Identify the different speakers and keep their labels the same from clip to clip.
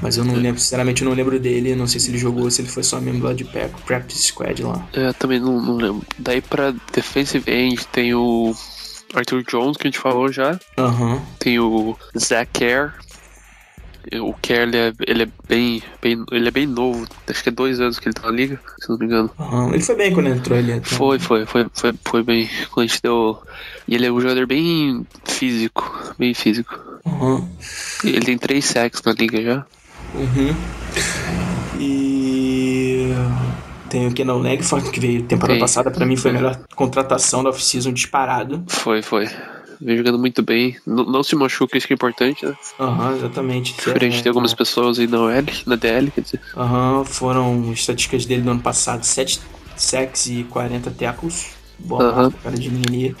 Speaker 1: Mas eu não lembro, sinceramente eu não lembro dele, não sei se ele jogou ou se ele foi só membro lá de pra- practice squad lá.
Speaker 2: Eu é, também não, não lembro. Daí pra Defensive End tem o Arthur Jones, que a gente falou já.
Speaker 1: Aham.
Speaker 2: Tem o Zach Kerr. O Kerr, ele é, ele é bem, bem- Ele é bem novo. Acho que é dois anos que ele tá na liga, se eu não me engano.
Speaker 1: aham. Ele foi bem quando entrou ali. até.
Speaker 2: Foi, foi, foi, foi, foi bem. Quando a gente deu. E ele é um jogador bem físico. Bem físico.
Speaker 1: Aham.
Speaker 2: E Ele tem três sacks na liga já.
Speaker 1: Uhum. E tem o Kenan Langford, que veio temporada
Speaker 2: Tem.
Speaker 1: passada, pra mim foi a melhor contratação da off-season disparado.
Speaker 2: Foi, foi. Vem jogando muito bem. N- não se machuca, isso que é importante, né?
Speaker 1: Aham, exatamente.
Speaker 2: Diferente de algumas pessoas aí na OL, na DL, quer dizer.
Speaker 1: Aham, foram estatísticas dele do ano passado, 7 sacks e 40 tackles. Bom,
Speaker 2: Aham.
Speaker 1: cara de menino.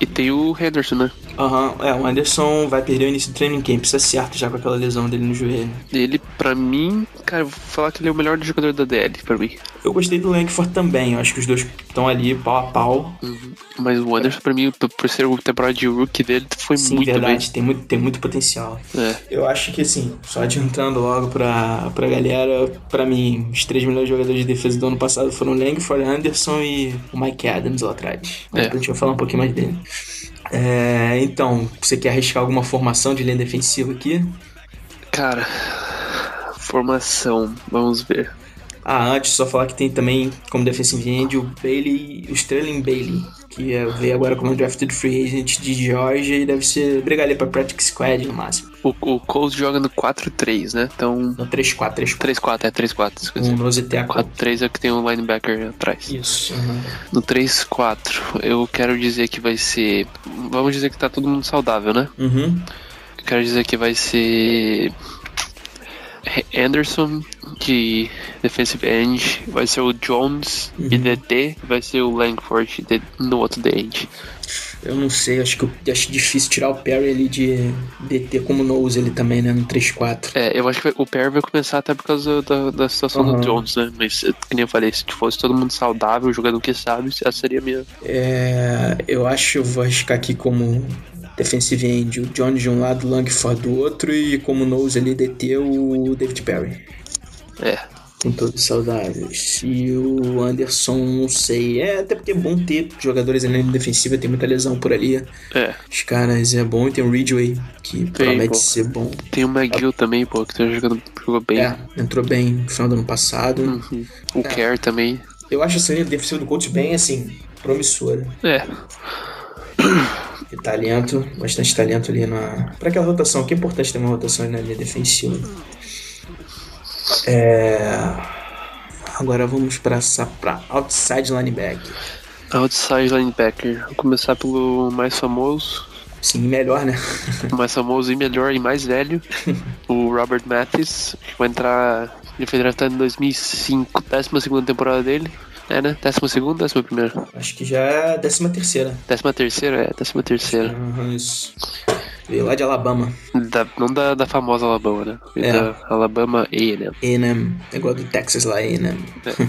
Speaker 2: E tem o Henderson, né?
Speaker 1: Aham, é, o Anderson vai perder o início do training camp, isso é certo, já com aquela lesão dele no joelho.
Speaker 2: Ele, pra mim, cara, eu vou falar que ele é o melhor jogador da DL, pra mim.
Speaker 1: Eu gostei do Langford também, eu acho que os dois estão ali pau a pau.
Speaker 2: Uhum. Mas o Anderson, pra mim, p- por ser o temporada de rookie dele, foi
Speaker 1: Sim,
Speaker 2: muito
Speaker 1: verdade, tem muito, tem muito potencial.
Speaker 2: bem. É.
Speaker 1: Eu acho que assim, só adiantando logo pra, pra galera, pra mim, os três melhores jogadores de defesa do ano passado foram Langford, Anderson e o Mike Adams lá atrás. Mas
Speaker 2: É.
Speaker 1: depois a gente vai falar um pouquinho mais dele. É, então, você quer arriscar alguma formação de linha defensiva aqui?
Speaker 2: Cara, formação, vamos ver.
Speaker 1: Ah, antes, só falar que tem também como defensive end o Bailey, o Sterling Bailey, que é- veio agora como drafted free agent de Georgia e deve ser brigar ali pra Practice Squad no máximo.
Speaker 2: O, o Colts joga no 4-3, né? Então.
Speaker 1: No 3-4, 3-4.
Speaker 2: 3-4, é 3-4. esqueci.
Speaker 1: Um nose tackle.
Speaker 2: 4-3 é que tem um linebacker atrás.
Speaker 1: Isso. uhum.
Speaker 2: No 3-4, eu quero dizer que vai ser. Vamos dizer que tá todo mundo saudável, né?
Speaker 1: Uhum.
Speaker 2: Eu quero dizer que vai ser. Anderson de defensive end, vai ser o Jones de DT, vai ser o Langford de- no outro de end.
Speaker 1: Eu não sei, acho que eu- acho difícil tirar o Perry ali de DT como nose ele também, né? No 3-4.
Speaker 2: É, eu acho que vai- o Perry vai começar até por causa da, da situação
Speaker 1: Aham.
Speaker 2: do Jones, né? Mas, eh, que nem eu falei, se fosse todo mundo saudável, jogando o que sabe, essa seria a minha.
Speaker 1: É, eu acho, eu vou arriscar aqui como defensive end o Jones de um lado, o Langford do outro e como nose ali DT o David Perry.
Speaker 2: É,
Speaker 1: Com todos saudáveis. E o Anderson, não sei. É até porque é bom ter jogadores ali na defensiva, tem muita lesão por ali.
Speaker 2: é.
Speaker 1: Os caras é bom e tem o Ridgeway, que promete
Speaker 2: pô.
Speaker 1: ser bom.
Speaker 2: Tem o McGill também, pô, que tá jogando jogou bem.
Speaker 1: Ah. É, entrou bem no final do ano passado.
Speaker 2: Uhum. O Kerr também.
Speaker 1: Eu acho essa linha defensiva do Colts bem, assim, promissora.
Speaker 2: É,
Speaker 1: E talento, tá bastante talento ali na. Pra aquela rotação, que é importante ter uma rotação ali na linha defensiva. É. Agora vamos pra, essa- pra outside linebacker.
Speaker 2: outside linebacker. Vou começar pelo mais famoso,
Speaker 1: Sim, melhor, né?
Speaker 2: o mais famoso e melhor e mais velho, o Robert Mathis, que vai entrar. Ele foi draftado em 2005, 12 temporada dele. É, né? 12 ou 11?
Speaker 1: Acho que já é a décima terceira.
Speaker 2: 13 é, 13.
Speaker 1: Aham, isso. Veio lá de Alabama.
Speaker 2: Da, não da, da famosa Alabama, né? E
Speaker 1: É.
Speaker 2: Da Alabama A, né?
Speaker 1: Enem, é igual do Texas lá, Enem. É.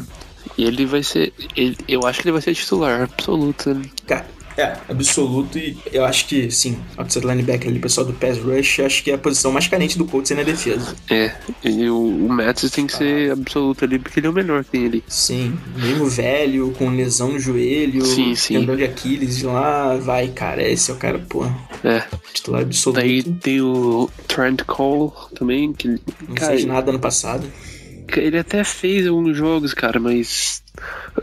Speaker 2: E ele vai ser. ele- eu acho que ele vai ser titular absoluto. né?
Speaker 1: Cara, é, absoluto. E eu acho que, sim, outside linebacker ali, pessoal do pass rush, acho que é a posição mais carente do Colts é na defesa.
Speaker 2: É, e o, o Mathis tem que ser absoluto ali, porque ele é o melhor que tem ali.
Speaker 1: Sim, mesmo velho, com lesão no joelho,
Speaker 2: Sim, sim.
Speaker 1: tendão de Aquiles, lá vai, cara, esse é o cara, pô,
Speaker 2: É.
Speaker 1: titular absoluto.
Speaker 2: Daí tem o Trent Cole também, que.
Speaker 1: Uhum. não
Speaker 2: Cara,
Speaker 1: fez nada ano passado.
Speaker 2: ele até fez alguns jogos, cara, mas.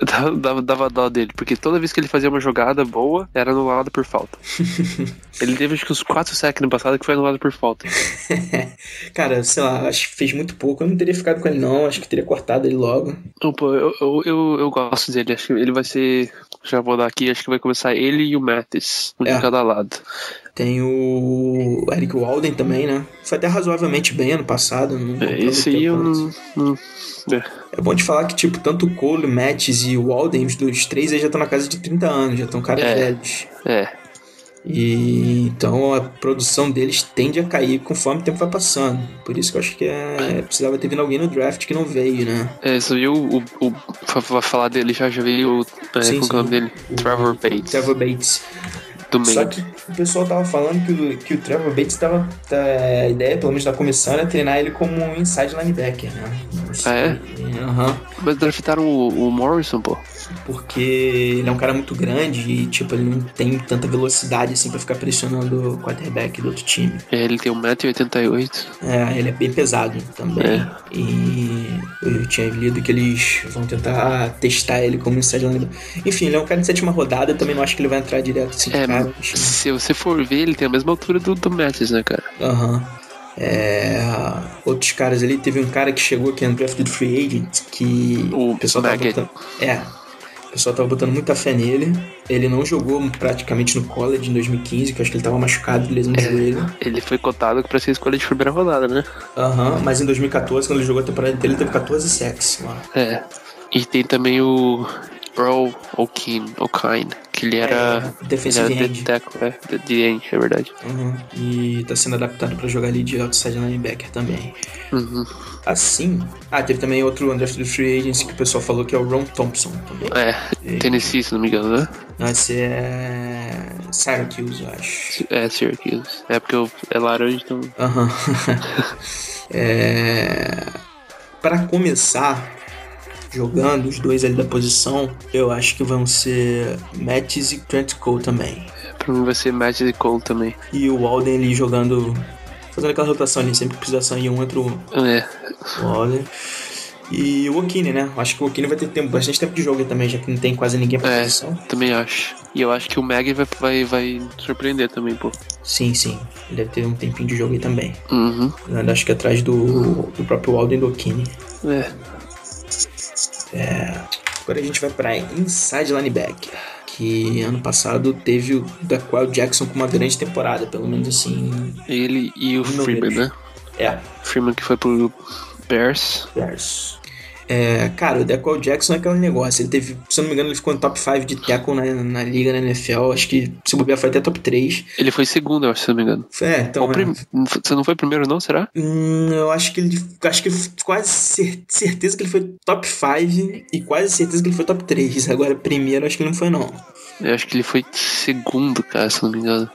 Speaker 2: Dava, dava, dava dó dele, porque toda vez que ele fazia uma jogada boa, era anulada por falta. ele teve acho que uns 4 sacks no passado que foi anulado por falta.
Speaker 1: Cara, sei lá, acho que fez muito pouco. Eu não teria ficado com ele, não. Acho que teria cortado ele logo.
Speaker 2: Não, pô, eu, eu, eu, eu gosto dele. Acho que ele vai ser. Já vou dar aqui, acho que vai começar ele e o Mathis, um
Speaker 1: É.
Speaker 2: de cada lado.
Speaker 1: Tem o Eric Walden também, né? Foi até razoavelmente bem ano passado. Não
Speaker 2: É, esse aí eu
Speaker 1: comprometeu
Speaker 2: não.
Speaker 1: tanto.
Speaker 2: não- é.
Speaker 1: É bom de falar que, tipo, tanto o Cole, Mattis e o Walden, os dois três, eles já estão na casa de 30 anos, já estão caras
Speaker 2: É.
Speaker 1: velhos.
Speaker 2: É,
Speaker 1: E então a produção deles tende a cair conforme o tempo vai passando. Por isso que eu acho que é, precisava ter vindo alguém no draft que não veio, né?
Speaker 2: é, você viu o, o, o- fa- fa- falar dele já, já veio o. É,
Speaker 1: Sim,
Speaker 2: como que é o nome
Speaker 1: sim.
Speaker 2: dele? Trevor Bates.
Speaker 1: Trevor Bates.
Speaker 2: do meio.
Speaker 1: Só que o pessoal tava falando que o, que o Trevor Bates tava. tá- a ideia, pelo menos da comissão, era treinar ele como um inside linebacker, né?
Speaker 2: Ah, é?
Speaker 1: Aham.
Speaker 2: Mas draftaram o, o Morrison, pô.
Speaker 1: Porque ele é um cara muito grande e, tipo, ele não tem tanta velocidade assim pra ficar pressionando o quarterback do outro time.
Speaker 2: É, ele tem 1,88m.
Speaker 1: É, ele é bem pesado também.
Speaker 2: É.
Speaker 1: E eu tinha lido que eles vão tentar testar ele como inside linebacker. Enfim, ele é um cara de sétima rodada, também não acho que ele vai entrar direto assim de
Speaker 2: É,
Speaker 1: cara.
Speaker 2: mas se você for ver, ele tem a mesma altura do, do Mathis, né, cara?
Speaker 1: Aham. É, outros caras ali, teve um cara que chegou aqui no draft do Free Agent que
Speaker 2: O Mackett.
Speaker 1: botando, é, o pessoal tava botando muita fé nele. Ele não jogou praticamente no college em 2015, que eu acho que ele tava machucado de
Speaker 2: É.
Speaker 1: lesão de joelho.
Speaker 2: Ele foi cotado pra ser escolha de primeira rodada, né?
Speaker 1: Aham, mas em 2014, quando ele jogou a temporada inteira, ele teve 14 sacks, mano.
Speaker 2: É. E tem também o Earl O'Kane, O'Kane que ele era.
Speaker 1: É, defensive
Speaker 2: ele era
Speaker 1: end.
Speaker 2: de tackle, é, de- de end, é verdade.
Speaker 1: Uhum. E tá sendo adaptado pra jogar ali de outside linebacker também.
Speaker 2: Uhum.
Speaker 1: Assim. Ah, teve também outro undrafted free agency que o pessoal falou que é o Ron Thompson também.
Speaker 2: É, Tennessee, se não me engano, né?
Speaker 1: Não, esse é. Syracuse, eu acho.
Speaker 2: É, Syracuse. É porque eu, é laranja, então.
Speaker 1: Aham. é... Pra começar jogando os dois ali da posição, eu acho que vão ser Mattis e Trent Cole também.
Speaker 2: é, Pra mim vai ser Mathis e Cole também.
Speaker 1: E o Walden ali um. jogando. Fazendo aquela rotação ali, sempre que precisar sair um entre o
Speaker 2: É,
Speaker 1: Waller. E o Okine, né? Acho que o Okine vai ter tempo, bastante tempo de jogo aí também, já que não tem quase ninguém pra
Speaker 2: É,
Speaker 1: posição.
Speaker 2: também acho. E eu acho que o Meg vai, vai, vai surpreender também, pô.
Speaker 1: Sim, sim. Ele Deve ter um tempinho de jogo aí também.
Speaker 2: Uhum.
Speaker 1: Eu Acho que atrás do, do próprio Alden e do Okine.
Speaker 2: É.
Speaker 1: Agora a gente vai pra Inside Linebacker, que ano passado teve o Daquel Jackson com uma grande temporada, pelo menos assim.
Speaker 2: Ele e o
Speaker 1: Não
Speaker 2: Freeman,
Speaker 1: vejo.
Speaker 2: né?
Speaker 1: É,
Speaker 2: Freeman que foi pro Bears.
Speaker 1: Bears. É, cara, o Daquel Jackson é aquele negócio. Ele teve, se eu não me engano, ele ficou no top 5 de tackle na, na liga, na NFL. Acho que se bobear foi até top 3.
Speaker 2: Ele foi segundo, eu acho, se não me engano.
Speaker 1: É, então.
Speaker 2: Ou
Speaker 1: é.
Speaker 2: prim- Você não foi primeiro, não? Será?
Speaker 1: Hum, eu acho que ele. Acho que eu f- quase cer- certeza que ele foi top 5 e quase certeza que ele foi top 3. Agora, primeiro, acho que ele não foi, não.
Speaker 2: Eu acho que ele foi segundo, cara, se não me engano.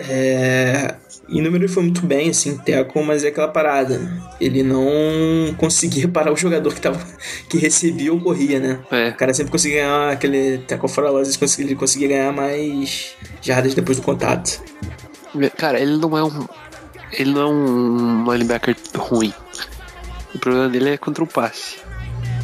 Speaker 1: É, em número ele foi muito bem, assim, Teco, mas é aquela parada. né? Ele não conseguia parar o jogador que, tava, que recebia ou corria, né?
Speaker 2: É.
Speaker 1: O cara sempre conseguia ganhar aquele tackle fora loss, ele conseguia, ele conseguia ganhar mais jardas depois do contato.
Speaker 2: Cara, ele não é um. Ele não é um linebacker ruim. O problema dele é contra o passe.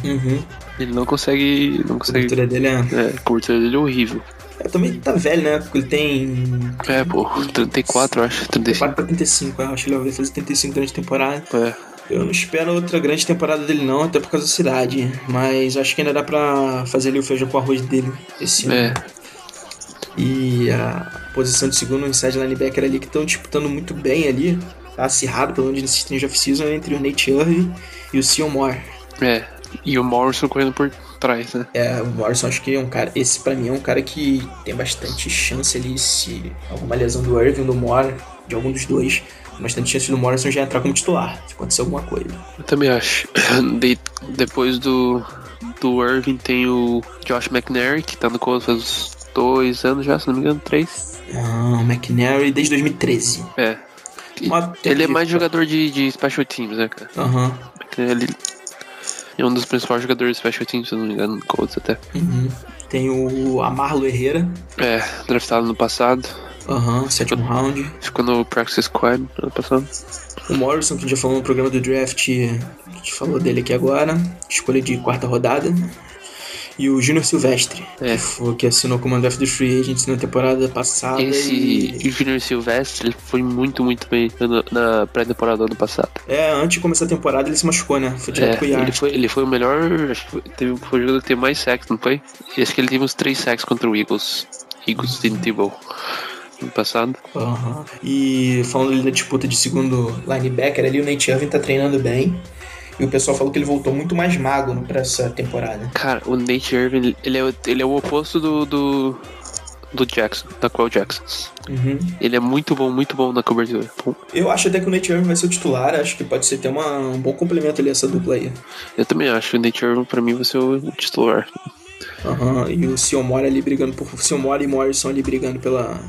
Speaker 1: Uhum.
Speaker 2: Ele não consegue. Não
Speaker 1: A
Speaker 2: consegue.
Speaker 1: cobertura dele é...
Speaker 2: É, a cobertura dele é horrível.
Speaker 1: é, Também tá velho, né? Porque ele tem
Speaker 2: É, pô, 34, eu acho. 35.
Speaker 1: 4 pra 35, eu acho que ele vai fazer 35 durante a temporada.
Speaker 2: É.
Speaker 1: Eu não espero outra grande temporada dele não, até por causa da cidade. Mas acho que ainda dá pra fazer ali o feijão com arroz dele esse ano.
Speaker 2: É.
Speaker 1: e a posição de segundo inside linebacker ali que estão disputando muito bem ali, tá acirrado pelo onde nesse Strange of Season entre o Nate Irving e o Sion Moore.
Speaker 2: É. E o Morrison correndo por trás, né?
Speaker 1: É, o Morrison acho que é um cara, esse pra mim é um cara que tem bastante chance ali se alguma lesão do Irving ou do Moore, de algum dos dois, tem bastante chance do Morrison já entrar como titular, se acontecer alguma coisa.
Speaker 2: Eu também acho. De- depois do. Do Irving tem o Josh McNair, que tá no Colts faz uns dois anos já, se não me engano, três.
Speaker 1: Ah, o McNary desde 2013.
Speaker 2: É.
Speaker 1: Uma-
Speaker 2: Ele é mais jogador de, de special teams, né, cara?
Speaker 1: Aham.
Speaker 2: Ele é um dos principais jogadores de special teams, se eu não me engano, no Colts até.
Speaker 1: Uhum. Tem o Amarlo Herrera.
Speaker 2: É, draftado no passado,
Speaker 1: Aham, sétimo round.
Speaker 2: ficou no practice squad no ano passado.
Speaker 1: O Morrison, que já falou no programa do draft, a gente falou dele aqui agora, escolha de quarta rodada. E o Júnior Silvestre,
Speaker 2: É.
Speaker 1: que, foi, que assinou com o draft dos Free Agents na temporada passada.
Speaker 2: Esse
Speaker 1: E,
Speaker 2: Junior Silvestre ele foi muito, muito bem no- na pré-temporada do ano passado.
Speaker 1: é, antes de começar a temporada ele se machucou, né? Foi direto
Speaker 2: É,
Speaker 1: pro IAR.
Speaker 2: ele foi, ele foi o melhor, acho que foi, teve, foi o jogador que teve mais sacks, não foi? E acho que ele teve uns três sacks contra o Eagles. Eagles de Tebow no passado.
Speaker 1: Aham. E falando ali da disputa de segundo linebacker, ali o Nate Irving tá treinando bem. E o pessoal falou que ele voltou muito mais magro pra essa temporada.
Speaker 2: Cara, o Nate Irving, ele- ele é, o- ele é o oposto do, do, do Jackson, da Qual Jackson.
Speaker 1: Uhum.
Speaker 2: Ele é muito bom, muito bom na cobertura. Bom,
Speaker 1: Eu acho até que o Nate Irving vai ser o titular, acho que pode ser até uma- um bom complemento ali essa dupla aí.
Speaker 2: Eu também acho. O Nate Irving, pra mim, vai ser o titular.
Speaker 1: Aham, e o Silmore ali brigando por. O Silmore e Morrison ali brigando pela.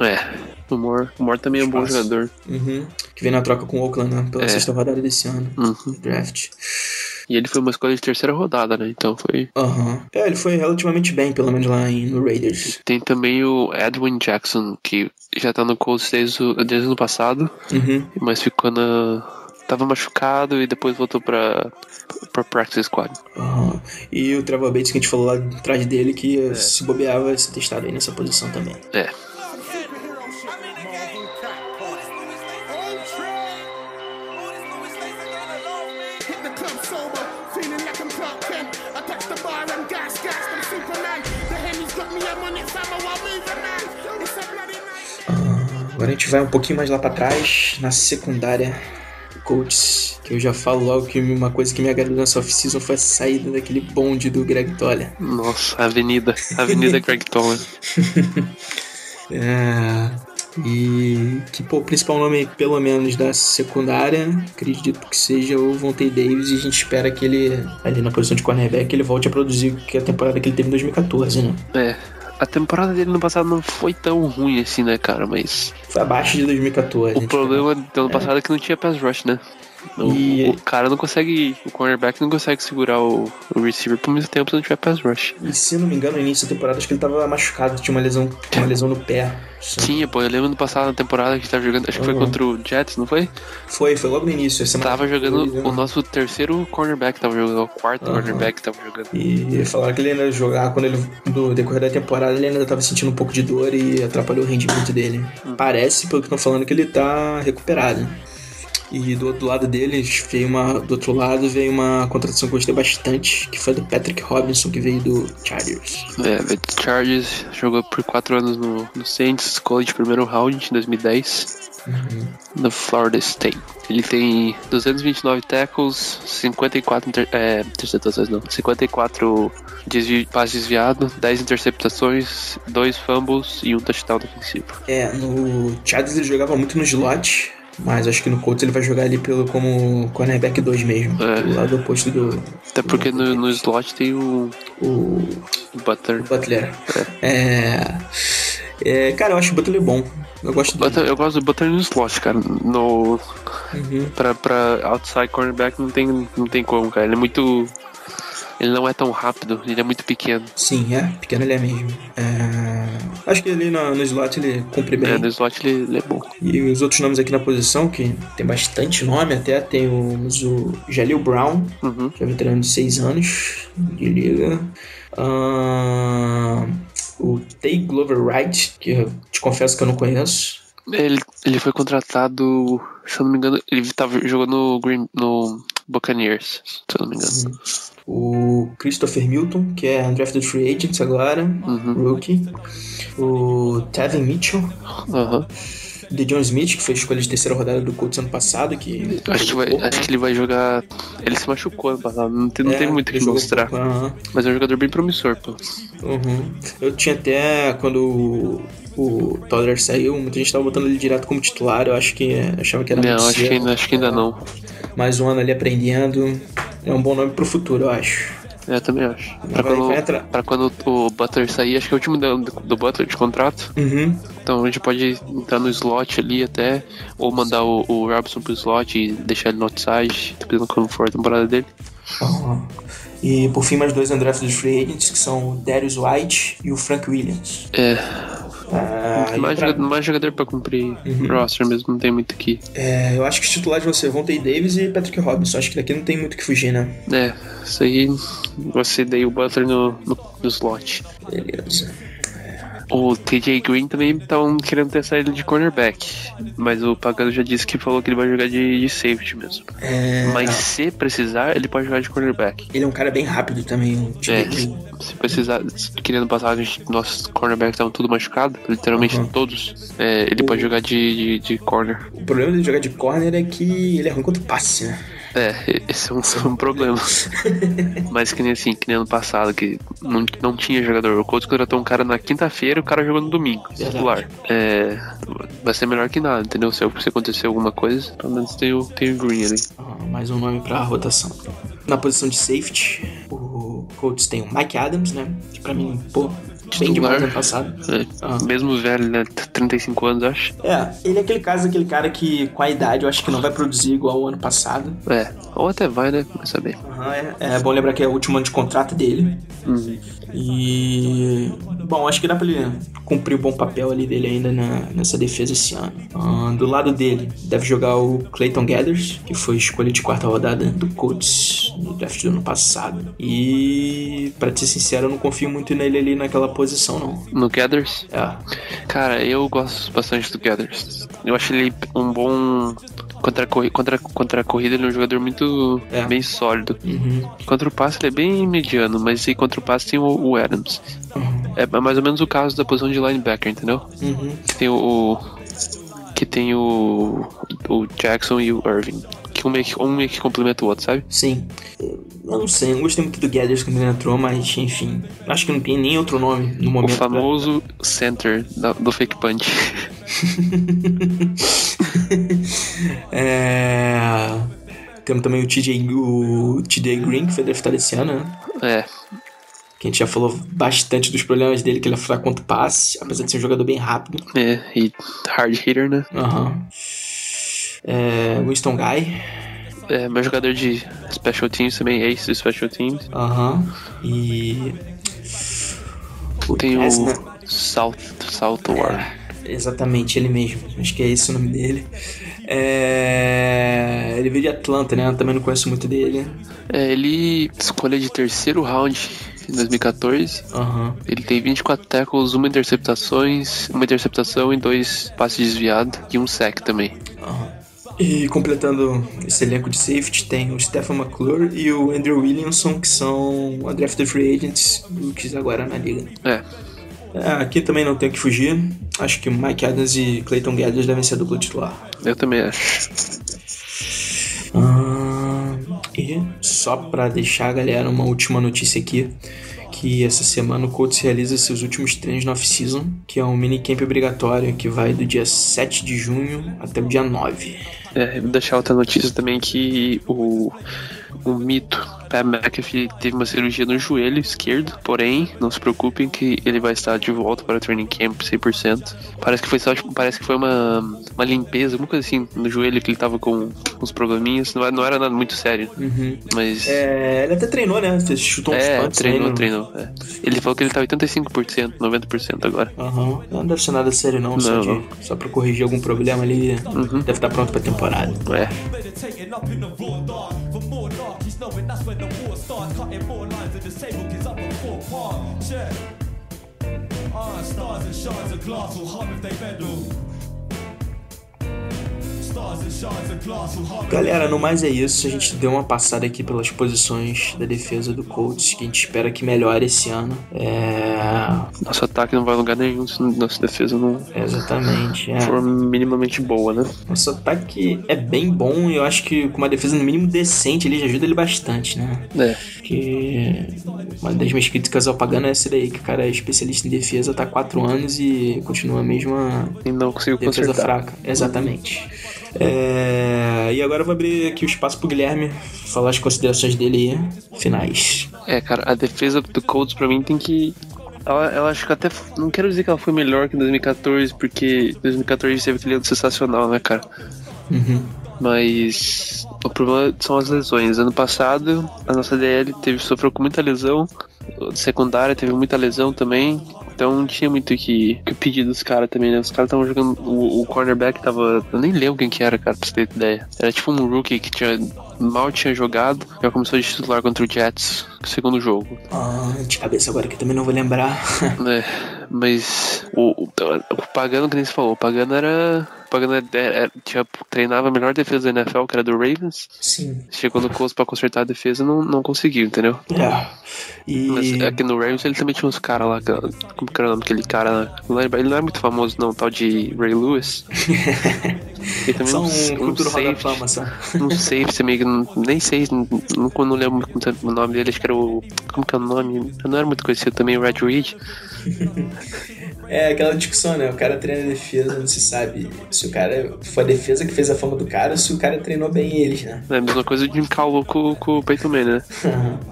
Speaker 2: É. O Moore, o Moore também é um bom
Speaker 1: Espaço.
Speaker 2: jogador.
Speaker 1: Uhum. Que vem na troca com o Oakland, né? Pela
Speaker 2: É.
Speaker 1: sexta rodada desse ano.
Speaker 2: Uhum.
Speaker 1: Draft.
Speaker 2: E ele foi uma escolha de terceira rodada, né? Então foi.
Speaker 1: Aham. É, ele foi relativamente bem, pelo menos lá em, no Raiders.
Speaker 2: Tem também o Edwin Jackson, que já tá no Colts desde o, desde o ano passado,
Speaker 1: Uhum.
Speaker 2: mas ficou na. Tava machucado e depois voltou pra, pra Practice Squad.
Speaker 1: Aham. E o Trevor Bates que a gente falou lá atrás dele que se bobeava vai ser testado aí nessa posição também.
Speaker 2: É.
Speaker 3: Hit the club sober, feeling like I'm Clark Kent. I touch the bar and gas, gas, I'm Superman. The Henny's got me, I'm on it, fam, I won't move a man. It's a bloody night.
Speaker 1: Agora a gente vai um pouquinho mais lá pra trás, na secundária Colts, que eu já falo logo que uma coisa que me agradou nessa off-season foi a saída daquele bonde do Greg Toller.
Speaker 2: Nossa, Avenida. Avenida Greg Toller.
Speaker 1: É, e que pô, o principal nome, pelo menos, da secundária, acredito que seja o Vontae Davis, e a gente espera que ele, ali na posição de cornerback, ele volte a produzir que a temporada que ele teve em 2014, né?
Speaker 2: É. A temporada dele no passado não foi tão ruim assim, né, cara? Mas.
Speaker 1: Foi abaixo de 2014. a
Speaker 2: O
Speaker 1: gente
Speaker 2: problema do ano passado é que não tinha pass rush, né?
Speaker 1: espera.
Speaker 2: O,
Speaker 4: E-
Speaker 1: é.
Speaker 2: o cara não consegue, o cornerback não consegue segurar o, o receiver por muito tempo se não tiver pass rush.
Speaker 1: E se eu não me engano, no início da temporada, acho que ele tava machucado, tinha uma lesão, uma lesão no pé.
Speaker 2: Sim, pô, eu lembro no passado, na temporada que a gente tava jogando, acho que foi
Speaker 1: Uhum.
Speaker 2: contra o Jets, não foi?
Speaker 1: Foi, foi logo no início. Essa
Speaker 2: Tava jogando, o
Speaker 1: o
Speaker 2: nosso terceiro cornerback tava jogando, é o quarto
Speaker 1: Aham.
Speaker 2: cornerback tava jogando.
Speaker 1: E falaram que ele ainda jogava, quando ele, no decorrer da temporada, ele ainda tava sentindo um pouco de dor e atrapalhou o rendimento dele.
Speaker 2: Hum.
Speaker 1: Parece, pelo que estão falando, que ele tá recuperado. E do outro lado deles, veio uma. Do outro lado veio uma contratação que eu gostei bastante, que foi do Patrick Robinson, que veio do Chargers.
Speaker 2: É, veio do Chargers, jogou por quatro anos no, no Saints, college primeiro round em 2010, no Florida State. Ele tem 229 tackles, 54 inter, é, interceptações, não, 54 desvi, passes desviados, 10 interceptações, 2 fumbles e um touchdown defensivo.
Speaker 1: É, no Chargers ele jogava muito no slot, mas acho que no Colts ele vai jogar ali pelo como cornerback 2 mesmo,
Speaker 2: É.
Speaker 1: do lado oposto do
Speaker 2: Até porque no, no slot tem o,
Speaker 1: o
Speaker 2: o Butler.
Speaker 1: Butler. É, é, cara, eu acho o Butler bom. Eu gosto do
Speaker 2: Butler- Eu gosto do Butler no slot, cara. No,
Speaker 1: Uhum.
Speaker 2: pra, pra outside cornerback não tem, não tem como, cara. Ele é muito. Ele não é tão rápido, ele é muito pequeno.
Speaker 1: Sim, é, pequeno ele é mesmo. É, acho que ali no, no slot ele cumpre bem.
Speaker 2: É, no slot ele, ele é bom.
Speaker 1: E os outros nomes aqui na posição, que tem bastante nome até, tem o, o Jalil Brown,
Speaker 2: Uhum.
Speaker 1: que é veterano de 6 anos de liga. Ahn, o Tay Glover Wright, que eu te confesso que eu não conheço.
Speaker 2: Ele, ele foi contratado, se eu não me engano, ele tava jogando no, Green, no Buccaneers, se eu não me engano.
Speaker 1: O Christopher Milton, que é undrafted free agent agora,
Speaker 2: Uhum.
Speaker 1: rookie. O Tevin Mitchell,
Speaker 2: Aham.
Speaker 1: de John Smith, que foi escolha de terceira rodada do Colts ano passado, que...
Speaker 2: Acho, que vai- acho que ele vai jogar. Ele se machucou ano passado, não tem, não tem muito o que
Speaker 1: né, jogou
Speaker 2: mostrar.
Speaker 1: pouco, aham.
Speaker 2: Mas é um jogador bem promissor, pô.
Speaker 1: Uhum. Eu tinha até quando o, o Toddler saiu, muita gente tava botando ele direto como titular, eu acho que achava que era muito
Speaker 2: Não, é. acho que,
Speaker 1: cedo.
Speaker 2: ainda, acho que ainda não.
Speaker 1: Mais um ano ali aprendendo. É um bom nome pro futuro, eu acho.
Speaker 2: É, eu também acho.
Speaker 1: Vai-
Speaker 2: Pra quando,
Speaker 1: vai entrar.
Speaker 2: pra quando o Butler sair, acho que é o último do, do Butler de contrato.
Speaker 1: Uhum.
Speaker 2: Então a gente pode entrar no slot ali até, ou mandar o, o Robson pro slot e deixar ele no outside, dependendo como for a temporada dele.
Speaker 1: Aham. E por fim, mais dois undrafted free agents, que são o Darius White e o Frank Williams.
Speaker 2: É,
Speaker 1: Ah, e
Speaker 2: mais,
Speaker 1: pra- Uhum.
Speaker 2: jogador, mais jogador pra cumprir roster mesmo, não tem muito aqui.
Speaker 1: é, eu acho que os titulares vão ser Vontae Davis e Patrick Robinson. Acho que daqui não tem muito o que fugir, né?
Speaker 2: É, isso aí você dei o Butler no, no, no slot.
Speaker 1: Beleza.
Speaker 2: O TJ Green também estavam querendo testar ele de cornerback, mas o Pagano já disse que falou que ele vai jogar de, de safety mesmo.
Speaker 1: É,
Speaker 2: Mas se precisar, ele pode jogar de cornerback.
Speaker 1: Ele é um cara bem rápido também. o
Speaker 2: É,
Speaker 1: Jake Green.
Speaker 2: se precisar, se- querendo passar, a gente- nossos cornerbacks estavam tudo machucado, literalmente
Speaker 1: Uhum.
Speaker 2: todos. É, ele pode jogar de, de, de corner.
Speaker 1: O problema dele jogar de corner é que ele é ruim contra o passe, né?
Speaker 2: É, e- esse é um, um problema. Mas que nem assim, que nem ano passado, que não, não tinha jogador. O Colts contratou um cara na quinta-feira e o cara jogou no domingo, titular. É, vai ser melhor que nada, entendeu? Se, se acontecer alguma coisa, pelo menos tem o, tem o Green ali.
Speaker 1: Ah, mais um nome pra rotação. Na posição de safety, o Colts tem o Mike Adams, né? Que pra mim, pô, bem demais
Speaker 2: Titular.
Speaker 1: ano passado.
Speaker 2: É,
Speaker 1: Ah.
Speaker 2: Mesmo velho, né? 35 anos, acho.
Speaker 1: É, ele é aquele caso, aquele cara que com a idade eu acho que não vai produzir igual o ano passado.
Speaker 2: É, ou até vai, né? Vai saber.
Speaker 1: Aham, é, é bom lembrar que é o último ano de contrato dele. E. Bom, acho que dá pra ele cumprir o bom papel ali dele ainda na- nessa defesa esse ano. Ah, do lado dele, deve jogar o Clayton Gathers, que foi escolha de quarta rodada do Colts no draft do ano passado. E. Pra ser sincero, eu não confio muito nele ali naquela posição, não.
Speaker 2: No Gathers?
Speaker 1: É.
Speaker 2: Cara, eu gosto bastante do Gathers. Eu acho ele um bom. Contra a, corri- contra, contra a corrida, ele é um jogador muito
Speaker 1: É.
Speaker 2: bem sólido.
Speaker 1: Uhum.
Speaker 2: Contra o passe, ele é bem mediano, mas aí contra o passe tem o, o Adams. É mais ou menos o caso da posição de linebacker, entendeu?
Speaker 1: Uhum.
Speaker 2: Que tem o. Que tem o. O Jackson e o Irving. Que um meio que, um meio que complementa o outro, sabe?
Speaker 1: Sim. Eu não sei, eu não gostei muito do Gathers quando ele entrou, mas enfim. Acho que não tem nem outro nome no
Speaker 2: O
Speaker 1: momento. né? pra-
Speaker 2: famoso center da- do fake punch.
Speaker 1: É... Temos também o TJ, o TJ Green, que foi draftado esse ano, né?
Speaker 2: é,
Speaker 1: Que a gente já falou bastante dos problemas dele, que ele é fraco contra o passe, apesar de ser um jogador bem rápido.
Speaker 2: é. E hard hitter, né?
Speaker 1: Aham. É, Winston Guy.
Speaker 2: É, meu jogador de Special Teams também, ace do Special Teams.
Speaker 1: Aham. E.
Speaker 2: Tem o
Speaker 1: Essa, né?
Speaker 2: South, South War.
Speaker 1: Exatamente, ele mesmo. Acho que é esse o nome dele. É... Ele veio de Atlanta, né? Eu também não conheço muito dele.
Speaker 2: É, ele escolha de terceiro round em 2014.
Speaker 1: Aham.
Speaker 2: Ele tem 24 tackles, uma interceptações, uma interceptação e dois passes desviados e um sack também.
Speaker 1: aham. E completando esse elenco de safety, tem o Stephen McClure e o Andrew Williamson, que são a Draft Free Agents, rookies agora na liga.
Speaker 2: É,
Speaker 1: É, aqui também não tem o que fugir. Acho que o Mike Adams e Clayton Gathers devem ser a dupla titular.
Speaker 2: eu também acho.
Speaker 1: Ah, e só pra deixar, galera, uma última notícia aqui. Que essa semana o Colts realiza seus últimos treinos na off-season, que é um minicamp obrigatório que vai do dia 7 de junho até o dia 9.
Speaker 2: É, eu vou deixar outra notícia também que o, o mito Pat McAfee teve uma cirurgia no joelho esquerdo, porém, não se preocupem que ele vai estar de volta para o training camp 100%. Parece que foi só, tipo, parece que foi uma, uma limpeza, alguma coisa assim, no joelho que ele tava com uns probleminhas, não, é- não era nada muito sério, mas...
Speaker 1: Uhum. É, ele até treinou, né? Fez- Chutou uns
Speaker 2: É,
Speaker 1: punts,
Speaker 2: treinou,
Speaker 1: né?
Speaker 2: treinou. é. Ele falou que ele tá 85%, 90% agora.
Speaker 1: Aham. Não deve ser nada sério, não. Só,
Speaker 2: Não. Uhum.
Speaker 1: de, só pra corrigir algum problema ali. Deve estar pronto pra temporada.
Speaker 2: É.
Speaker 4: meditating up in the raw dark. For more dark, he's knowing that's when the war starts. Cutting more lines than disabled kids up on four park. Yeah. Iron stars and shards of glass will hum if they meddle. Stars and shards of glass will hum if they
Speaker 1: Galera, no mais é isso. A gente deu uma passada aqui pelas posições da defesa do Colts, que a gente espera que melhore esse ano. É.
Speaker 2: Nosso ataque não vai a lugar nenhum se nossa defesa não
Speaker 1: Exatamente. É.
Speaker 2: for minimamente boa, né?
Speaker 1: Nosso ataque é bem bom e eu acho que com uma defesa no mínimo decente ele já ajuda ele bastante, né?
Speaker 2: É.
Speaker 1: Porque uma das minhas críticas ao Pagano é essa daí, que o cara é especialista em defesa, tá há quatro anos e continua a mesma
Speaker 2: E não consigo
Speaker 1: defesa
Speaker 2: consertar.
Speaker 1: fraca. Exatamente. É, E agora eu vou abrir aqui o espaço pro Guilherme falar as considerações dele aí, finais.
Speaker 2: É, cara, a defesa do Colts pra mim tem que. Ela, ela acho que até. Não quero dizer que ela foi melhor que em 2014, porque 2014 teve aquele ano sensacional, né, cara? Mas o problema são as lesões. Ano passado, a nossa DL teve, sofreu com muita lesão, a secundária teve muita lesão também. Então não tinha muito o que, o que pedir dos caras também, né? Os caras estavam jogando. O, o cornerback tava. Eu nem lembro quem que era, cara, pra você ter ideia. Era tipo um rookie que tinha, mal tinha jogado, já começou de titular contra o Jets, no segundo jogo.
Speaker 1: Ah, de cabeça agora que eu também não vou lembrar.
Speaker 2: É, mas o, o, o Pagano, que nem você falou, o Pagano era. O Pagano era, era- tinha, treinava a melhor defesa da NFL, que era do Ravens.
Speaker 1: Sim.
Speaker 2: Chegou no Colts pra consertar a defesa não, não conseguiu, entendeu?
Speaker 1: É.
Speaker 2: Mas é
Speaker 1: E...
Speaker 2: aqui no Rams ele também tinha uns caras lá, que- como que era o nome daquele cara lá? Não lembro, Ele não é muito famoso não, o tal de Ray Lewis. Ele também
Speaker 1: Só um
Speaker 2: s-
Speaker 1: futuro Hall da
Speaker 2: safety-
Speaker 1: Fama, só.
Speaker 2: um safety também, que não- nem sei, não, não, não lembro muito o nome dele, acho que era o... Como que é o nome? Eu não era muito conhecido também, o Red Reed.
Speaker 1: É aquela discussão, né? O cara treina defesa, não se sabe se o cara foi a defesa que fez a fama do cara ou se o cara treinou bem eles, né?
Speaker 2: É a mesma coisa de um Calvo com, com o Peyton Manning, né?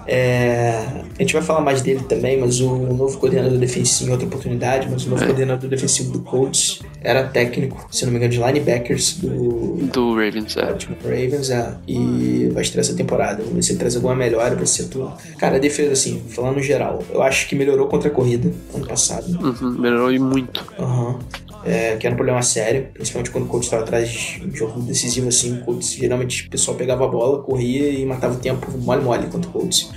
Speaker 1: É, a gente vai falar mais dele também, mas o novo coordenador defensivo, em outra oportunidade, mas o novo coordenador defensivo do Colts era técnico, se não me engano, de linebackers do
Speaker 2: Do Ravens, é.
Speaker 1: Baltimore Ravens, é, e vai estrear essa temporada. Vamos ver se ele traz alguma melhora pra esse setor. Cara, a defesa, assim, falando no geral, eu acho que melhorou contra a corrida ano passado.
Speaker 2: Uhum, melhorou e muito.
Speaker 1: Aham. É, que era um problema sério, principalmente quando o coach estava atrás de um jogo decisivo assim. O Colts, geralmente o pessoal pegava a bola, corria e matava o tempo mole-mole contra o Colts.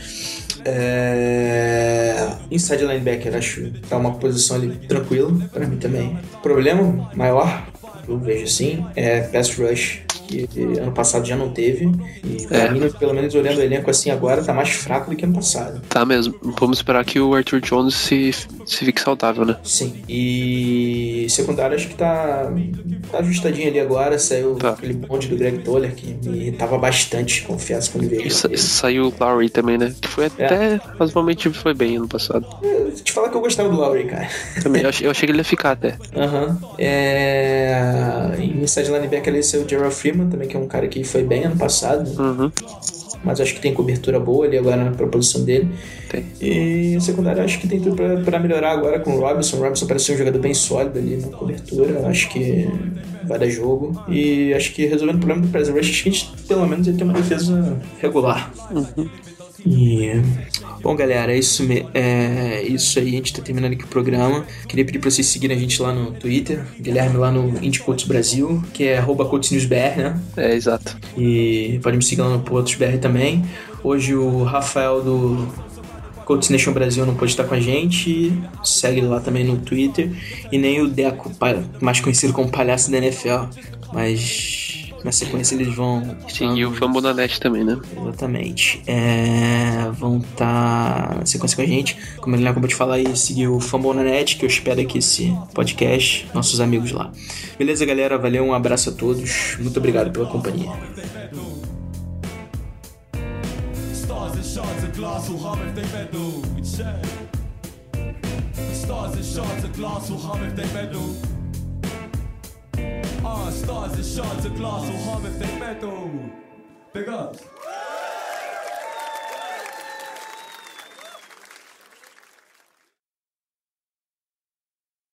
Speaker 1: É... Inside linebacker, acho que tá uma posição ali tranquila pra mim também. Problema maior, eu vejo assim, é pass rush. Que que ano passado já não teve. E pra
Speaker 2: É.
Speaker 1: mim, pelo menos olhando o elenco assim agora, tá mais fraco do que ano passado.
Speaker 2: Tá mesmo. Vamos esperar que o Arthur Jones se, se fique saudável, né?
Speaker 1: Sim. E secundário acho que tá, tá ajustadinho ali agora. Saiu
Speaker 2: Tá.
Speaker 1: aquele bonde do Greg Toller que me irritava bastante, confesso, quando veio.
Speaker 2: E sa- saiu o Lowry também, né? Que foi até razoavelmente foi bem ano passado.
Speaker 1: Eu te falar que eu gostava do Lowry, cara.
Speaker 2: Também, eu, achei, eu achei que ele ia ficar até.
Speaker 1: Aham. É... Em inside linebacker ali saiu o Gerald Freeman também, que é um cara que foi bem ano passado.
Speaker 2: Uhum.
Speaker 1: mas acho que tem cobertura boa ali agora na proposição dele.
Speaker 2: Tem.
Speaker 1: E o secundário acho que tem tudo pra, pra melhorar agora com o Robinson. O Robinson parece ser um jogador bem sólido ali na cobertura. Acho que vai dar jogo. E acho que resolvendo o problema do Pass Rush, acho que a gente pelo menos ia ter uma defesa regular. E, Bom, galera, é isso, me- é isso aí. A gente tá terminando aqui o programa. Queria pedir pra vocês seguirem a gente lá no Twitter, o Guilherme lá no Indie Coaches Brasil, que é arroba CoachesNewsBR, né?
Speaker 2: É, exato.
Speaker 1: E pode me seguir lá no Potos BR também. Hoje o Rafael do Coach Nation Brasil não pôde estar com a gente. Segue ele lá também no Twitter. E nem o Deco, pa- mais conhecido como palhaço da NFL. Mas na sequência eles vão.
Speaker 2: Sim,
Speaker 1: Ah.
Speaker 2: e o Fambonanet também, né?
Speaker 1: Exatamente. É, vão estar na sequência com a gente. Como ele acabou de falar aí, seguir o Fumble na Net, que eu espero aqui esse podcast, nossos amigos lá. Beleza, galera? Valeu, um abraço a todos. Muito obrigado pela companhia.
Speaker 4: Stars and shards of glass will hum if they meddle. Yeah. Stars and shards of glass will hum if they meddle. Ah, stars and shards of glass will hum if they meddle. Big ups.